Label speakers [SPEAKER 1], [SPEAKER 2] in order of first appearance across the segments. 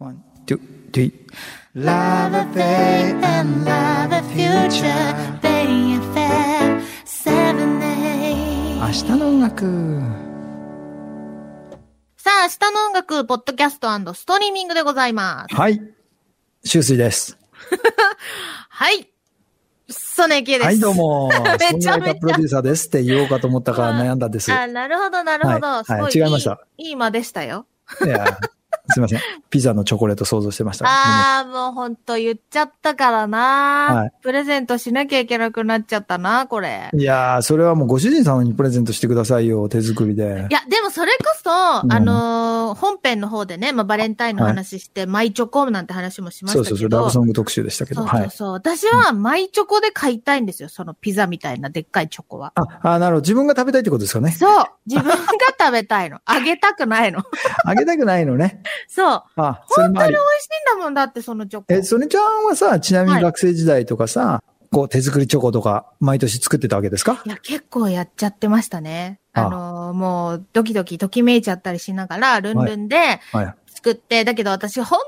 [SPEAKER 1] One, two, three.
[SPEAKER 2] Love a faith and love a future. Bay FM 78.
[SPEAKER 1] 明日の音楽。
[SPEAKER 2] さあ、明日の音楽、ポッドキャストストリーミングでございます。
[SPEAKER 1] はい。周水です。
[SPEAKER 2] はい。ソネキエです。
[SPEAKER 1] はい、どう。も。
[SPEAKER 2] めちゃめちゃ
[SPEAKER 1] ソングライタープロデューサーですって言おうかと思ったから悩んだんです。い
[SPEAKER 2] あ、なるほど、なるほど。
[SPEAKER 1] はい
[SPEAKER 2] すごい
[SPEAKER 1] はい違いました
[SPEAKER 2] いい。いい間でしたよ。
[SPEAKER 1] や、すいません。ピザのチョコレート想像してました。
[SPEAKER 2] あー、もうほんと言っちゃったからな、
[SPEAKER 1] はい
[SPEAKER 2] プレゼントしなきゃいけなくなっちゃったな、これ。
[SPEAKER 1] いやー、それはもうご主人様にプレゼントしてくださいよ、手作りで
[SPEAKER 2] い。や、でもそれこそ、
[SPEAKER 1] ん
[SPEAKER 2] あのー本編の方でね、まあ、バレンタインの話して、マイチョコなんて話もしまし
[SPEAKER 1] そ
[SPEAKER 2] た
[SPEAKER 1] う
[SPEAKER 2] け
[SPEAKER 1] そ
[SPEAKER 2] ど。
[SPEAKER 1] うそう、ラブソング特集でしたけど。
[SPEAKER 2] そう
[SPEAKER 1] は
[SPEAKER 2] そう
[SPEAKER 1] い。
[SPEAKER 2] そう私はマイチョコで買いたいんですよ。そのピザみたいなでっかいチョコは。
[SPEAKER 1] あ、あなるほど。自分が食べたいってことですかね。
[SPEAKER 2] そう。自分が食べた いの。あげたくないの。
[SPEAKER 1] あげたくないのね。
[SPEAKER 2] そう。
[SPEAKER 1] あ、それ
[SPEAKER 2] 本
[SPEAKER 1] も
[SPEAKER 2] 当
[SPEAKER 1] あ
[SPEAKER 2] に美味
[SPEAKER 1] り。
[SPEAKER 2] しいんだもんだって、そのチョコ。
[SPEAKER 1] え、ソネちゃんはさ、ちなみ
[SPEAKER 2] は
[SPEAKER 1] に
[SPEAKER 2] い
[SPEAKER 1] 学生時代とかさ、こう手作りチョコとか毎年作ってたわけですか
[SPEAKER 2] いや、結構やっちゃってましたね。
[SPEAKER 1] あ
[SPEAKER 2] あのーもう、ドキドキときめいちゃったりしながら、ルンルンで
[SPEAKER 1] はい。
[SPEAKER 2] 作って、だけど私、本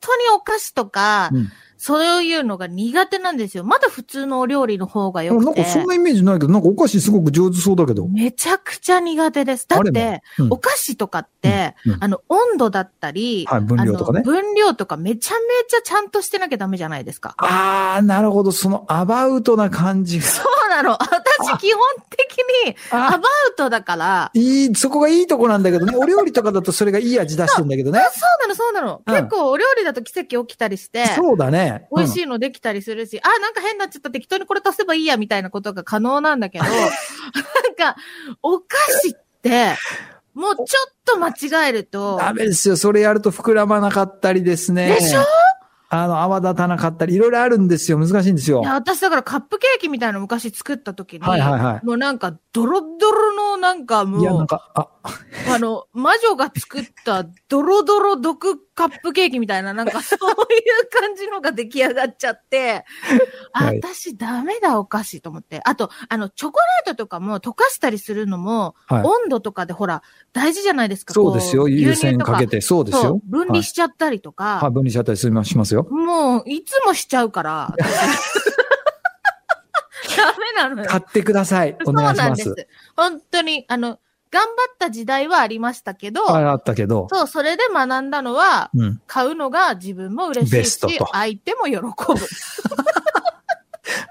[SPEAKER 2] 当にお菓子とか、
[SPEAKER 1] うん
[SPEAKER 2] そういうのが苦手なんですよ。まだ普通のお料理の方がよ
[SPEAKER 1] な
[SPEAKER 2] く
[SPEAKER 1] んか
[SPEAKER 2] て。
[SPEAKER 1] そんなイメージないけど、なんかお菓子すごく上手そうだけど。
[SPEAKER 2] めちゃくちゃ苦手です。だっ
[SPEAKER 1] あれ
[SPEAKER 2] て、
[SPEAKER 1] うん
[SPEAKER 2] お菓子とかって、
[SPEAKER 1] うんうん
[SPEAKER 2] あの、温度だったり、
[SPEAKER 1] はい、分量とか
[SPEAKER 2] あの
[SPEAKER 1] ね。
[SPEAKER 2] 分量とかめちゃめちゃちゃんとしてなきゃダメじゃないですか。
[SPEAKER 1] あー、なるほど。そのアバウトな感じが。
[SPEAKER 2] そうなの。私基本的にアバ
[SPEAKER 1] あ
[SPEAKER 2] ウトだから、
[SPEAKER 1] いい、そこがいいとこなんだけどね。お料理とかだとそれがいい味出してんだけどね
[SPEAKER 2] あ。そうなの、そうなの。
[SPEAKER 1] うん
[SPEAKER 2] 結構お料理だと奇跡起きたりして、
[SPEAKER 1] そうだね。
[SPEAKER 2] 美味し
[SPEAKER 1] い。
[SPEAKER 2] いのできたりするし、あ、なんか変になっちゃった適当にこれ足せばいいやみたいなことが可能なんだけど、なんか、お菓子って、もうちょっと間違えると、
[SPEAKER 1] ダメですよ。それやると膨らまなかったりですね。
[SPEAKER 2] でしょ
[SPEAKER 1] あの、泡立たなかったり、いろいろあるんですよ。難しいんですよ。
[SPEAKER 2] いや、
[SPEAKER 1] は
[SPEAKER 2] 私だからカップケーキみたいなの昔作った時に、
[SPEAKER 1] いはいは
[SPEAKER 2] もうなんかドロドロのなんか
[SPEAKER 1] い。いや、な
[SPEAKER 2] も
[SPEAKER 1] ん
[SPEAKER 2] う、
[SPEAKER 1] か、あ、
[SPEAKER 2] あの、魔女が作ったドロドロ毒カップケーキみたいな、なんかそういう感じのが出来上がっちゃって、あ、
[SPEAKER 1] はい
[SPEAKER 2] 私ダメだお菓子と思って。あと、あの、チョコレートとかも溶かしたりするのも、
[SPEAKER 1] はい。
[SPEAKER 2] 温度とかでほら、大事じゃないですか。
[SPEAKER 1] そうですよ。
[SPEAKER 2] こう
[SPEAKER 1] 優先かけて。そうです
[SPEAKER 2] そう
[SPEAKER 1] よ。
[SPEAKER 2] 分離しちゃったりとか、
[SPEAKER 1] はい、分離しちゃったりしますしますよ。
[SPEAKER 2] もう、いつもしちゃうから、 私ダメなのよ。
[SPEAKER 1] 買ってください。お願いし
[SPEAKER 2] そうな
[SPEAKER 1] ま。
[SPEAKER 2] んですす。本当に、あの、頑張った時代はありましたけど、
[SPEAKER 1] あれあったけど。
[SPEAKER 2] そう、それで学んだのは、
[SPEAKER 1] うん。
[SPEAKER 2] 買うのが自分も嬉し
[SPEAKER 1] ベ
[SPEAKER 2] い
[SPEAKER 1] スト
[SPEAKER 2] し
[SPEAKER 1] と、
[SPEAKER 2] 相手も喜ぶ。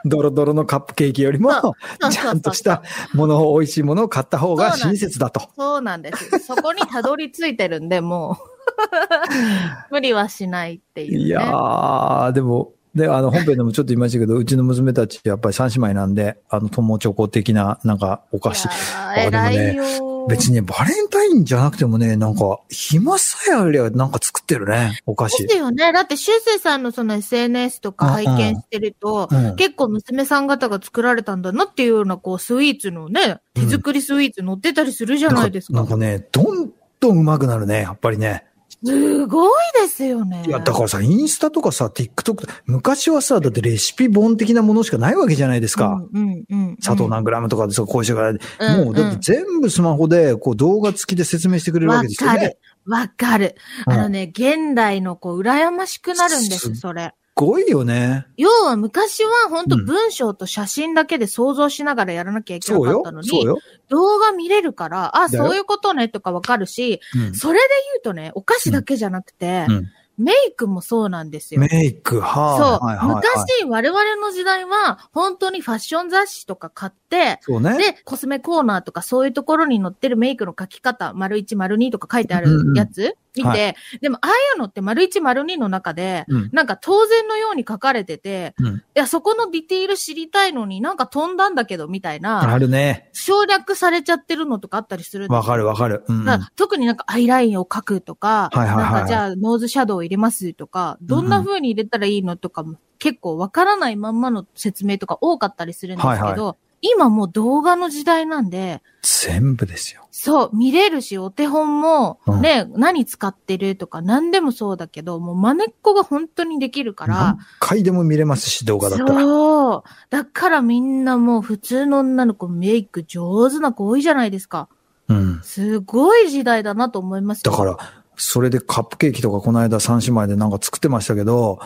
[SPEAKER 1] ドロドロのカップケーキより
[SPEAKER 2] そ
[SPEAKER 1] も、
[SPEAKER 2] そう
[SPEAKER 1] ち
[SPEAKER 2] そ
[SPEAKER 1] ゃ
[SPEAKER 2] うんそ
[SPEAKER 1] と
[SPEAKER 2] う
[SPEAKER 1] したものを、美味しいものを買った方が親切だと。
[SPEAKER 2] そうなんです。そこにたどり着いてるんで、も う。無理はしないっていう、ね。
[SPEAKER 1] いやー、でも、で、あの、本編でもちょっと言いましたけど、うちの娘たち、やっぱり三姉妹なんで、あの、友チョコ的な、なんか、お菓子。
[SPEAKER 2] ー
[SPEAKER 1] あでもね
[SPEAKER 2] 偉いよー。
[SPEAKER 1] 別にねバレンタインじゃなくてもね、なんか、暇さえありゃ、なんか作ってるね、お菓子
[SPEAKER 2] で。すよね。だって、シュウセイさんのその SNS とか拝見してると、
[SPEAKER 1] うん。
[SPEAKER 2] 結構娘さん方が作られたんだなっていうような、こう、スイーツのね、手作りスイーツ載ってたりするじゃないですか。
[SPEAKER 1] なんかね、どんどん上手くなるね、やっぱりね。
[SPEAKER 2] すごいですよね。
[SPEAKER 1] いや、だからさ、インスタとかさ、TikTok とか昔はさ、だってレシピ本的なものしかないわけじゃないですか。
[SPEAKER 2] うんうんうんうん、
[SPEAKER 1] 砂糖何グラムとかで、そう、こうしてから、
[SPEAKER 2] んん
[SPEAKER 1] もう、だって全部スマホで、こう、動画付きで説明してくれるわ
[SPEAKER 2] わ
[SPEAKER 1] けですよ
[SPEAKER 2] か
[SPEAKER 1] ね
[SPEAKER 2] る。。わかる。
[SPEAKER 1] うん
[SPEAKER 2] あのね、現代の子、羨ましくなるんです、
[SPEAKER 1] す
[SPEAKER 2] それ。
[SPEAKER 1] すごいよね。
[SPEAKER 2] 要は昔は本当
[SPEAKER 1] うん
[SPEAKER 2] 文章と写真だけで想像しながらやらなきゃいけな
[SPEAKER 1] そう
[SPEAKER 2] かっ
[SPEAKER 1] よ
[SPEAKER 2] たの。に、
[SPEAKER 1] そうよ。
[SPEAKER 2] 動画見れるから、あ、
[SPEAKER 1] だよ
[SPEAKER 2] そういうことねとかわかるし、それで言うとね、お菓子だけじゃなくて、
[SPEAKER 1] うん
[SPEAKER 2] メイクもそうなんです
[SPEAKER 1] うん
[SPEAKER 2] よ。
[SPEAKER 1] メイク、は
[SPEAKER 2] そう、
[SPEAKER 1] あ、はいはいはい。
[SPEAKER 2] 昔、我々の時代は、本当にファッション雑誌とか買って、
[SPEAKER 1] そうね。
[SPEAKER 2] で、コスメコーナーとかそういうところに載ってるメイクの書き方、丸1、丸2とか書いて
[SPEAKER 1] う
[SPEAKER 2] あ
[SPEAKER 1] んう
[SPEAKER 2] る
[SPEAKER 1] ん
[SPEAKER 2] やつ見て、
[SPEAKER 1] は
[SPEAKER 2] でもああいうのって丸1、丸2の中で、
[SPEAKER 1] うん。
[SPEAKER 2] なんか当然のように書かれてて、
[SPEAKER 1] うん。
[SPEAKER 2] いや、そこのディティール知りたいのになんか飛んだんだけど、みたいな、
[SPEAKER 1] あるね。
[SPEAKER 2] 省略されちゃってるのとかあったりするんですよ
[SPEAKER 1] わかるわかる。うんうん。
[SPEAKER 2] だから特になんかアイラインを描くとか、
[SPEAKER 1] はいはいはいはい
[SPEAKER 2] なんかじゃあノーズシャドウを入れますとか、どんな風に入れたらいいのとかも結構わからないまんまの説明とか多かったりするんですけど、
[SPEAKER 1] はい
[SPEAKER 2] 今もう動画の時代なんで、
[SPEAKER 1] 全部ですよ。
[SPEAKER 2] そう、見れるし、お手本も
[SPEAKER 1] うん
[SPEAKER 2] ね、何使ってるとか何でもそうだけど、もう真似っこが本当にできるから
[SPEAKER 1] 何、回でも見れますし、動画だったら。
[SPEAKER 2] そう。だからみんなもう普通の女の子メイク上手な子多いじゃないですか。
[SPEAKER 1] うん。
[SPEAKER 2] すごい時代だなと思います
[SPEAKER 1] だ
[SPEAKER 2] よ。
[SPEAKER 1] から、それでカップケーキとかこの間三姉妹でなんか作ってましたけど、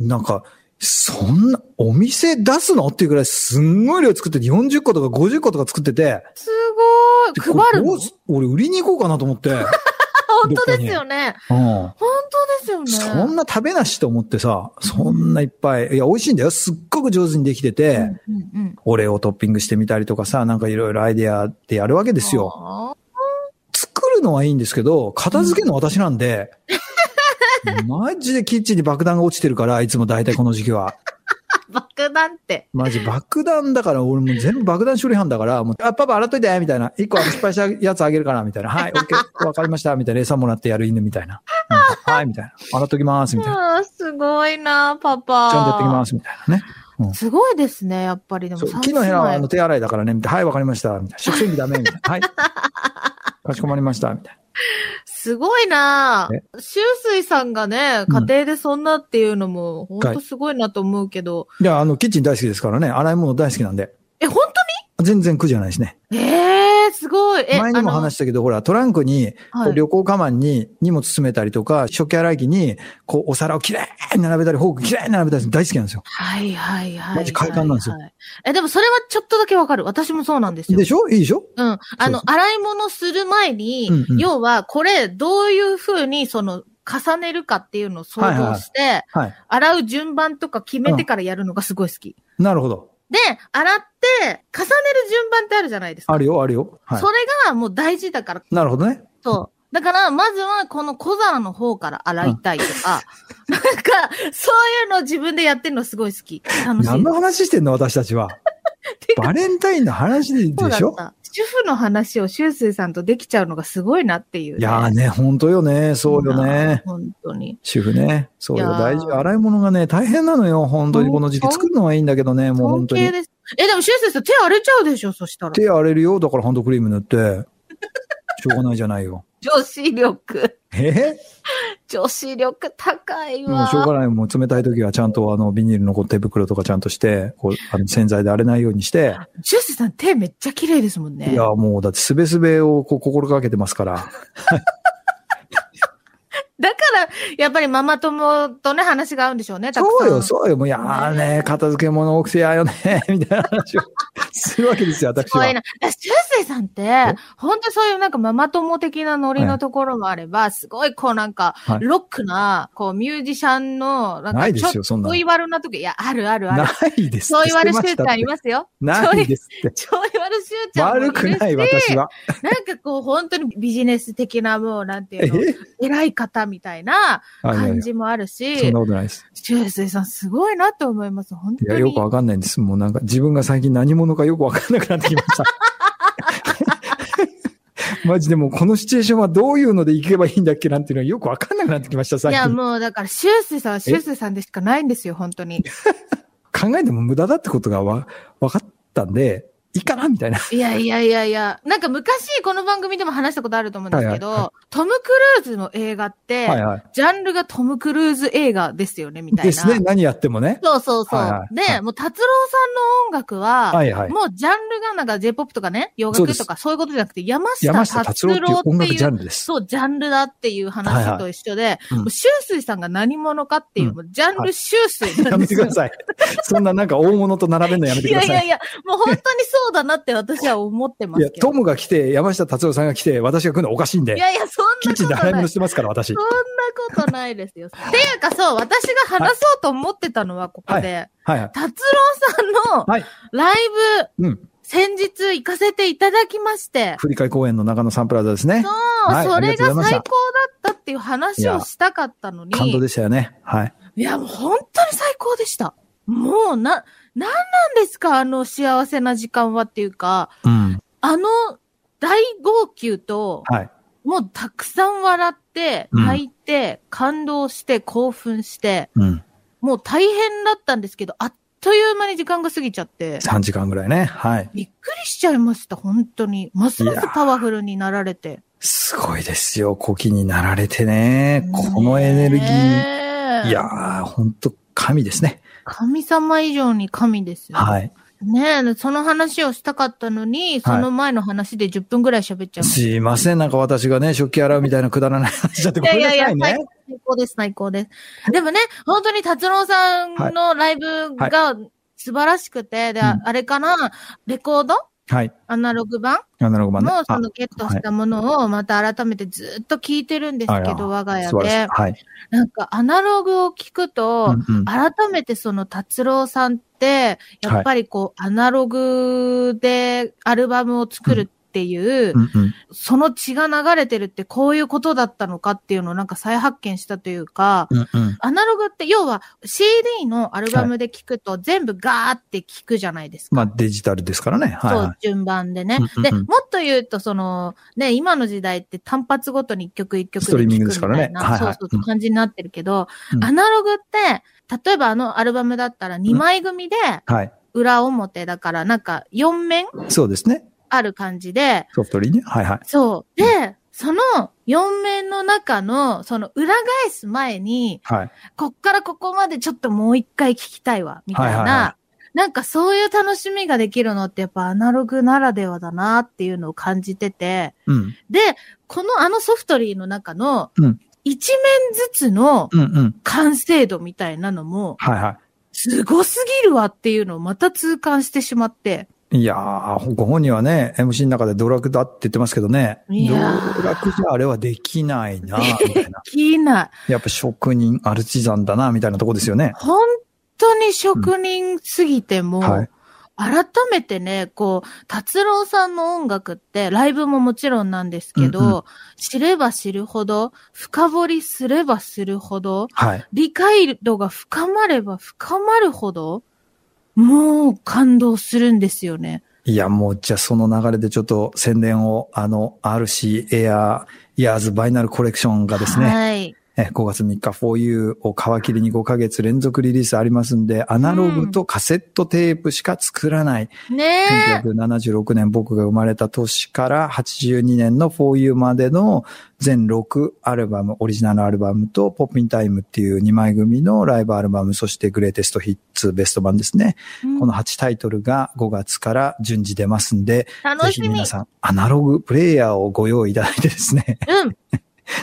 [SPEAKER 2] うん。
[SPEAKER 1] なんか、そんな、お店出すのっていうくらいすんごい量作ってて、40個とか50個とか作ってて、
[SPEAKER 2] すごい。
[SPEAKER 1] で
[SPEAKER 2] 配る
[SPEAKER 1] これど
[SPEAKER 2] の
[SPEAKER 1] うし俺売りに行こうかなと思 って。
[SPEAKER 2] 本当ですよね。
[SPEAKER 1] うん。
[SPEAKER 2] 本当ですよね。
[SPEAKER 1] そんな食べなしと思ってさ、そんないっぱい。いや、美味しいんだよ。すっごく上手にできてて、
[SPEAKER 2] うんうんうん。
[SPEAKER 1] お礼をトッピングしてみたりとかさ、なんかいろいろアイデアでやるわけですよ。
[SPEAKER 2] よ。
[SPEAKER 1] 作るのはいいんですけど、片付けるの私なんで、マジでキッチンに爆弾が落ちてるから、いつも大体この時期は。
[SPEAKER 2] 爆弾って。
[SPEAKER 1] マジ爆弾だから、俺もう全部爆弾処理班だから、もう、あ、パパ洗っといて、みたいな。一個失敗したやつあげるから、みたいな。はい、オッケー、わかりました、みたいな。餌もらってやる犬みたいな。うんはい、みたいな。洗っときます、みたいな。
[SPEAKER 2] ああ、すごいな、パパ。
[SPEAKER 1] ちゃんとやってきます、みたいなね。
[SPEAKER 2] す。ごいですね、やっぱりでも。
[SPEAKER 1] そう
[SPEAKER 2] 三
[SPEAKER 1] 木のヘラはあ
[SPEAKER 2] 姉
[SPEAKER 1] の
[SPEAKER 2] 妹
[SPEAKER 1] 手洗いだからね、みたいな。はい、わかりました、みたいな。食洗機ダメ、みたいな。はい。かしこまりました、みたい
[SPEAKER 2] すごいな
[SPEAKER 1] ね
[SPEAKER 2] 修水さんがね、家庭でそんなっていうのも、ほんとすごいなと思うけど。
[SPEAKER 1] な。いや、あの、キッチン大好きですからね。洗い物大好きなんで。
[SPEAKER 2] え、本
[SPEAKER 1] 全然苦じゃないしね。
[SPEAKER 2] 当にええすごい。え、
[SPEAKER 1] 前にも
[SPEAKER 2] あの
[SPEAKER 1] 話したけど、ほら、トランクに、
[SPEAKER 2] はい
[SPEAKER 1] 旅行カバンに荷物詰めたりとか、食器洗い機に、こう、お皿をきれいに並べたり、フォークきれいに並べたりするの大好きなんですよ。
[SPEAKER 2] はいはいはいはい。
[SPEAKER 1] マジ快感なんですよ
[SPEAKER 2] はい。え、でもそれはちょっとだけわかる。私もそうなんですよ。
[SPEAKER 1] でしょいいでしょ
[SPEAKER 2] うん。あの
[SPEAKER 1] そ、
[SPEAKER 2] 洗い物する前に、
[SPEAKER 1] うんうん
[SPEAKER 2] 要は、これ、どういう風に、その、重ねるかっていうのを想像して、
[SPEAKER 1] はい。
[SPEAKER 2] 洗う順番とか決めてからやるのがすごい好き。
[SPEAKER 1] なるほど。
[SPEAKER 2] で、洗って、重ねる順番ってあるじゃないですか。
[SPEAKER 1] あるよ、あるよ。はい
[SPEAKER 2] そ。れがもう大事だから、
[SPEAKER 1] なるほどね。
[SPEAKER 2] そう。だから、まずは、この小皿の方から洗いたいとか、 なんか、そういうのを自分でやってるのすごい好き。楽しい。
[SPEAKER 1] 何の話してんの私たち は。
[SPEAKER 2] てか
[SPEAKER 1] バレンタインの話で
[SPEAKER 2] そうだ
[SPEAKER 1] しょ
[SPEAKER 2] った。主婦の話を修水さんとできちゃうのがすごいなっていう、
[SPEAKER 1] いやーね、本当よね。そうよね。
[SPEAKER 2] 本当に。
[SPEAKER 1] 主婦ね。そうよ。
[SPEAKER 2] いやー
[SPEAKER 1] 大事。洗い物がね、大変なのよ。本当に。この時期
[SPEAKER 2] ほん
[SPEAKER 1] 作るのはいいんだけどね、もう
[SPEAKER 2] 尊
[SPEAKER 1] 本当に
[SPEAKER 2] 敬。です。え、でも修水さん手荒れちゃうでしょそしたら。
[SPEAKER 1] 手荒れるよ。だからハンドクリーム塗って。しょうがないじゃないよ。
[SPEAKER 2] 女子力。
[SPEAKER 1] え
[SPEAKER 2] 女子力高い
[SPEAKER 1] ー、もう
[SPEAKER 2] わ
[SPEAKER 1] し。ょうがない。もう冷たい時はちゃんとあのビニールのこう手袋とかちゃんとして、こうあの洗剤で荒れないようにして、
[SPEAKER 2] 修水さん手めっちゃ綺麗ですもんね。
[SPEAKER 1] いや、もうだってすべすべをこう心がけてます から。
[SPEAKER 2] だから、やっぱりママ友とね、話が合うんでしょうね、たく
[SPEAKER 1] そ
[SPEAKER 2] さん。
[SPEAKER 1] うよ、そうよ。もういやーね、片付け物多くてやよね、みたいな話をするわけですよ、私
[SPEAKER 2] すごい
[SPEAKER 1] は。
[SPEAKER 2] な。だ修水さんって、本当にそういうなんかママ友的なノリのところもあれば、すごいこうなんか
[SPEAKER 1] は、い
[SPEAKER 2] ロックな、こうミュージシャンの、なん
[SPEAKER 1] な
[SPEAKER 2] か
[SPEAKER 1] いで
[SPEAKER 2] ちょっ
[SPEAKER 1] すよ、そんな
[SPEAKER 2] と
[SPEAKER 1] の。
[SPEAKER 2] い悪な時、いや、あるあるある。
[SPEAKER 1] ないです
[SPEAKER 2] そう言われシューちゃんい
[SPEAKER 1] ま
[SPEAKER 2] ますよ。
[SPEAKER 1] ないです って。
[SPEAKER 2] ちょい悪シューちゃんもい
[SPEAKER 1] 悪
[SPEAKER 2] るし。
[SPEAKER 1] くない、私は。
[SPEAKER 2] なんかこう、本当にビジネス的な、もう、なんて
[SPEAKER 1] え
[SPEAKER 2] いうの、偉い方みたいな
[SPEAKER 1] あいやい
[SPEAKER 2] 感
[SPEAKER 1] や、
[SPEAKER 2] じもある
[SPEAKER 1] そん
[SPEAKER 2] し
[SPEAKER 1] な、ことないです。
[SPEAKER 2] シュースイさんすごいなと思います。本
[SPEAKER 1] い
[SPEAKER 2] 当
[SPEAKER 1] や、
[SPEAKER 2] に。
[SPEAKER 1] よくわかんないんです。もうなんか自分が最近何者かよくわかんなくなってきま した。マジでもうこのシチュエーションはどういうのでいけばいいんだっけなんていうのはよくわかんなくなってきました、
[SPEAKER 2] い
[SPEAKER 1] 最
[SPEAKER 2] や、
[SPEAKER 1] 近。
[SPEAKER 2] もうだから、シュースイさんはシュースイさんでしかないんですよ、本 当に。
[SPEAKER 1] 考えても無駄だってことがわ、わかったんで、いいかなみたいな。
[SPEAKER 2] いやいやいやいや、なんか昔この番組でも話したことあると思うんですけど、
[SPEAKER 1] はいはい
[SPEAKER 2] トム・クルーズの映画って、
[SPEAKER 1] はいはい。
[SPEAKER 2] ジャンルがトム・クルーズ映画ですよね、みたいな。
[SPEAKER 1] ですね。何やってもね。
[SPEAKER 2] そうそうそう。
[SPEAKER 1] はいはい
[SPEAKER 2] で、
[SPEAKER 1] はい
[SPEAKER 2] もう達郎さんの音楽は、
[SPEAKER 1] はいはい。
[SPEAKER 2] もうジャンルがなんか J-POP とかね、洋
[SPEAKER 1] そうで
[SPEAKER 2] 楽
[SPEAKER 1] す
[SPEAKER 2] とかそういうことじゃなくて、山下
[SPEAKER 1] 山下達郎
[SPEAKER 2] 達郎
[SPEAKER 1] っ
[SPEAKER 2] って
[SPEAKER 1] ていう
[SPEAKER 2] い
[SPEAKER 1] 音
[SPEAKER 2] う
[SPEAKER 1] 楽ジャンルです。
[SPEAKER 2] そう、ジャンルだっていう
[SPEAKER 1] はいは
[SPEAKER 2] 話
[SPEAKER 1] い
[SPEAKER 2] と一緒で、
[SPEAKER 1] うん
[SPEAKER 2] もう修水さんが何者かっていう、
[SPEAKER 1] うん
[SPEAKER 2] もうジャンル修水な
[SPEAKER 1] や
[SPEAKER 2] ん
[SPEAKER 1] め
[SPEAKER 2] です
[SPEAKER 1] て
[SPEAKER 2] よ。
[SPEAKER 1] ください。そんななんか大物と並べるのやめて
[SPEAKER 2] い
[SPEAKER 1] くださ
[SPEAKER 2] や
[SPEAKER 1] い。
[SPEAKER 2] いやいや、もう本当にそうだなって私は思ってま
[SPEAKER 1] い
[SPEAKER 2] す
[SPEAKER 1] や
[SPEAKER 2] けど
[SPEAKER 1] ト。ムが来て、山下達郎さんが来て、私が来るのはおかしいんで
[SPEAKER 2] い、やいや、そん
[SPEAKER 1] キッ
[SPEAKER 2] な
[SPEAKER 1] チンで
[SPEAKER 2] こと
[SPEAKER 1] 洗い
[SPEAKER 2] ない
[SPEAKER 1] 物し。てますから、私
[SPEAKER 2] そん。なことないですよ。ていうかそう、私が話そうと思ってたのはここで、
[SPEAKER 1] はいはい。
[SPEAKER 2] 達郎さんの
[SPEAKER 1] はい
[SPEAKER 2] ライブ、
[SPEAKER 1] うん
[SPEAKER 2] 先日行かせていただきまして、
[SPEAKER 1] 振り替え公演の中野サンプラザですね
[SPEAKER 2] そう。、
[SPEAKER 1] はい
[SPEAKER 2] それが
[SPEAKER 1] ありがとうございました
[SPEAKER 2] 最高だったっていう話をしたかったのに、
[SPEAKER 1] 感動でしたよね。はい。
[SPEAKER 2] いや、もう本当に最高でした。もうな、なんなんですかあの幸せな時間はっていうか、
[SPEAKER 1] うん。
[SPEAKER 2] あの大号泣と、
[SPEAKER 1] はい。
[SPEAKER 2] もうたくさん笑って、
[SPEAKER 1] うん
[SPEAKER 2] 泣いて、感動して、興奮して、
[SPEAKER 1] うん。
[SPEAKER 2] もう大変だったんですけど、あっという間に時間が過ぎちゃって、
[SPEAKER 1] 3時間ぐらいね。はい。
[SPEAKER 2] びっくりしちゃいました、本当に。ますま
[SPEAKER 1] いや
[SPEAKER 2] すパワフルになられて。
[SPEAKER 1] すごいですよ。古希になられてね。このエネルギー。
[SPEAKER 2] ー
[SPEAKER 1] いや。ー、ほんと神ですね。
[SPEAKER 2] 神様以上に神ですよ。
[SPEAKER 1] はい。
[SPEAKER 2] ねえ、その話をしたかったのに、その前の話で10分ぐらい喋っちゃう。
[SPEAKER 1] すいません。なんか私がね、食器洗うみたいなくだらない話だってごめんなさいね。
[SPEAKER 2] 最高です、最高です。でもね、本当に達郎さんのライブが素晴らしくて、で、
[SPEAKER 1] うん
[SPEAKER 2] あれかな、レコード
[SPEAKER 1] はい。
[SPEAKER 2] アナログ版
[SPEAKER 1] 7 6番ね。
[SPEAKER 2] のそ
[SPEAKER 1] あ
[SPEAKER 2] のゲットしたものをまた改めてずっと聞いてるんです
[SPEAKER 1] あ
[SPEAKER 2] け
[SPEAKER 1] ら
[SPEAKER 2] ど、我が家
[SPEAKER 1] 素晴らしい。
[SPEAKER 2] で。
[SPEAKER 1] はい。
[SPEAKER 2] なんかアナログを聞くと、
[SPEAKER 1] うんうん
[SPEAKER 2] 改めてその達郎さんって、やっぱりこう、アナログでアルバムを作るっていう、
[SPEAKER 1] うんうん
[SPEAKER 2] その血が流れてるってこういうことだったのかっていうのをなんか再発見したというか、
[SPEAKER 1] うんうん
[SPEAKER 2] アナログって要は CD のアルバムで聞くと全部ガーって聞くじゃないですか。
[SPEAKER 1] まあデジタルですからね。はい
[SPEAKER 2] そ
[SPEAKER 1] は
[SPEAKER 2] う、順番でね
[SPEAKER 1] うんうんう。ん
[SPEAKER 2] で、もっと言うと、その、ね、今の時代って単発ごとに一曲一曲
[SPEAKER 1] ストリーミングですからね
[SPEAKER 2] 聴くみた
[SPEAKER 1] は
[SPEAKER 2] いない
[SPEAKER 1] はい
[SPEAKER 2] そうそう、感じになってるけど、
[SPEAKER 1] うん
[SPEAKER 2] アナログって、例えばあのアルバムだったら2枚組で、
[SPEAKER 1] い。はい。
[SPEAKER 2] 裏表だから、なんか4面
[SPEAKER 1] そうですね。
[SPEAKER 2] ある感じで、
[SPEAKER 1] ソフトリーね。はいはい。
[SPEAKER 2] そう。で、その4面の中の、その裏返す前に、
[SPEAKER 1] はい。
[SPEAKER 2] こっからここまでちょっともう一回聞きたいわ、みたいな。
[SPEAKER 1] はいはいは
[SPEAKER 2] なんかそういう楽しみができるのってやっぱアナログならではだなっていうのを感じてて。
[SPEAKER 1] うん。
[SPEAKER 2] で、このあのソフトリーの中の
[SPEAKER 1] うん、
[SPEAKER 2] 一面ずつの
[SPEAKER 1] うんうん。
[SPEAKER 2] 完成度みたいなのも、
[SPEAKER 1] はいは
[SPEAKER 2] すごすぎるわっていうのをまた痛感してしまって。
[SPEAKER 1] い。いやー、ご本人はね、MC の中でドラクだって言ってますけどね。
[SPEAKER 2] い
[SPEAKER 1] ド
[SPEAKER 2] や。
[SPEAKER 1] ラクじゃあれはできないな、みたいな
[SPEAKER 2] 聞いない。
[SPEAKER 1] やっぱ職人、アルチザンだな、みたいなとこですよね。
[SPEAKER 2] 本当に職人すぎても、
[SPEAKER 1] はい
[SPEAKER 2] 改めてね、こう、達郎さんの音楽って、ライブももちろんなんですけ
[SPEAKER 1] う
[SPEAKER 2] ど、
[SPEAKER 1] ん
[SPEAKER 2] 知れば知るほど、深掘りすればするほど、
[SPEAKER 1] はい。
[SPEAKER 2] 理解度が深まれば深まるほど、もう感動するんですよね。
[SPEAKER 1] いや、もう、じゃあその流れでちょっと宣伝を、あの、RC エアイヤーズバイナルコレクションがですね、
[SPEAKER 2] はい。
[SPEAKER 1] え5月3日 4U を皮切りに5ヶ月連続リリースありますんで、アナログとカセットテープしか作らない、
[SPEAKER 2] ねえ。
[SPEAKER 1] 1976年僕が生まれた年から82年の 4U までの全6アルバム、オリジナルアルバムとポッピンタイムっていう2枚組のライブアルバム、そしてグレイテストヒッツベスト版ですね。この8タイトルが5月から順次出ますんで、
[SPEAKER 2] 楽
[SPEAKER 1] ぜひ
[SPEAKER 2] しみ
[SPEAKER 1] 皆。さん、アナログプレイヤーをご用意いただいてですね、
[SPEAKER 2] うん。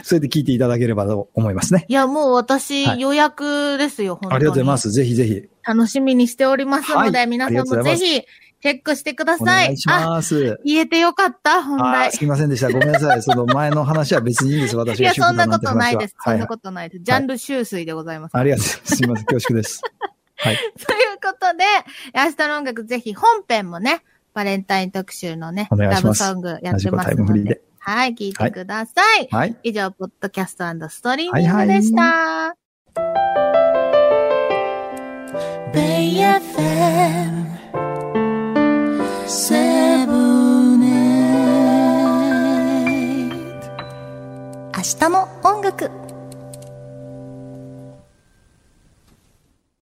[SPEAKER 1] それで聞いていただければと思いますね。
[SPEAKER 2] いや、もう私、
[SPEAKER 1] はい
[SPEAKER 2] 予約ですよ、本当に。
[SPEAKER 1] ありがとうございます。ぜひぜひ、
[SPEAKER 2] 楽しみにしておりますので、
[SPEAKER 1] はい
[SPEAKER 2] 皆さんも
[SPEAKER 1] ありがとうござい
[SPEAKER 2] ぜ
[SPEAKER 1] ます
[SPEAKER 2] ひ、チェックしてくだ
[SPEAKER 1] お
[SPEAKER 2] さい。
[SPEAKER 1] 願いします。
[SPEAKER 2] 言えてよかった、本
[SPEAKER 1] あ
[SPEAKER 2] 題
[SPEAKER 1] ー。すいませんでした。ごめんなさい。その前の話は別にいいです。私
[SPEAKER 2] い
[SPEAKER 1] が
[SPEAKER 2] や、
[SPEAKER 1] 主婦
[SPEAKER 2] そん
[SPEAKER 1] だ
[SPEAKER 2] な
[SPEAKER 1] なん
[SPEAKER 2] こ
[SPEAKER 1] て
[SPEAKER 2] と
[SPEAKER 1] 話は。
[SPEAKER 2] ないです。そん
[SPEAKER 1] は。
[SPEAKER 2] ないことないです。ジャンル修水でございます。
[SPEAKER 1] ありがとうございます。すいません。恐縮です。
[SPEAKER 2] ということで、明日の音楽ぜひ本編もね、バレンタイン特集のね、
[SPEAKER 1] お願い
[SPEAKER 2] ラ
[SPEAKER 1] し
[SPEAKER 2] ブ
[SPEAKER 1] ます
[SPEAKER 2] ソング
[SPEAKER 1] ラ
[SPEAKER 2] やっ
[SPEAKER 1] ジ
[SPEAKER 2] て
[SPEAKER 1] コ
[SPEAKER 2] ま
[SPEAKER 1] タ
[SPEAKER 2] す
[SPEAKER 1] イムフ
[SPEAKER 2] の
[SPEAKER 1] リー
[SPEAKER 2] で
[SPEAKER 1] で。。
[SPEAKER 2] はい、聞いてください。
[SPEAKER 1] はい。
[SPEAKER 2] 以上、ポッドキャストストリーミン
[SPEAKER 1] はい
[SPEAKER 2] グ
[SPEAKER 1] はい
[SPEAKER 2] でした。
[SPEAKER 3] Bay FM Seven Eight 明日も音楽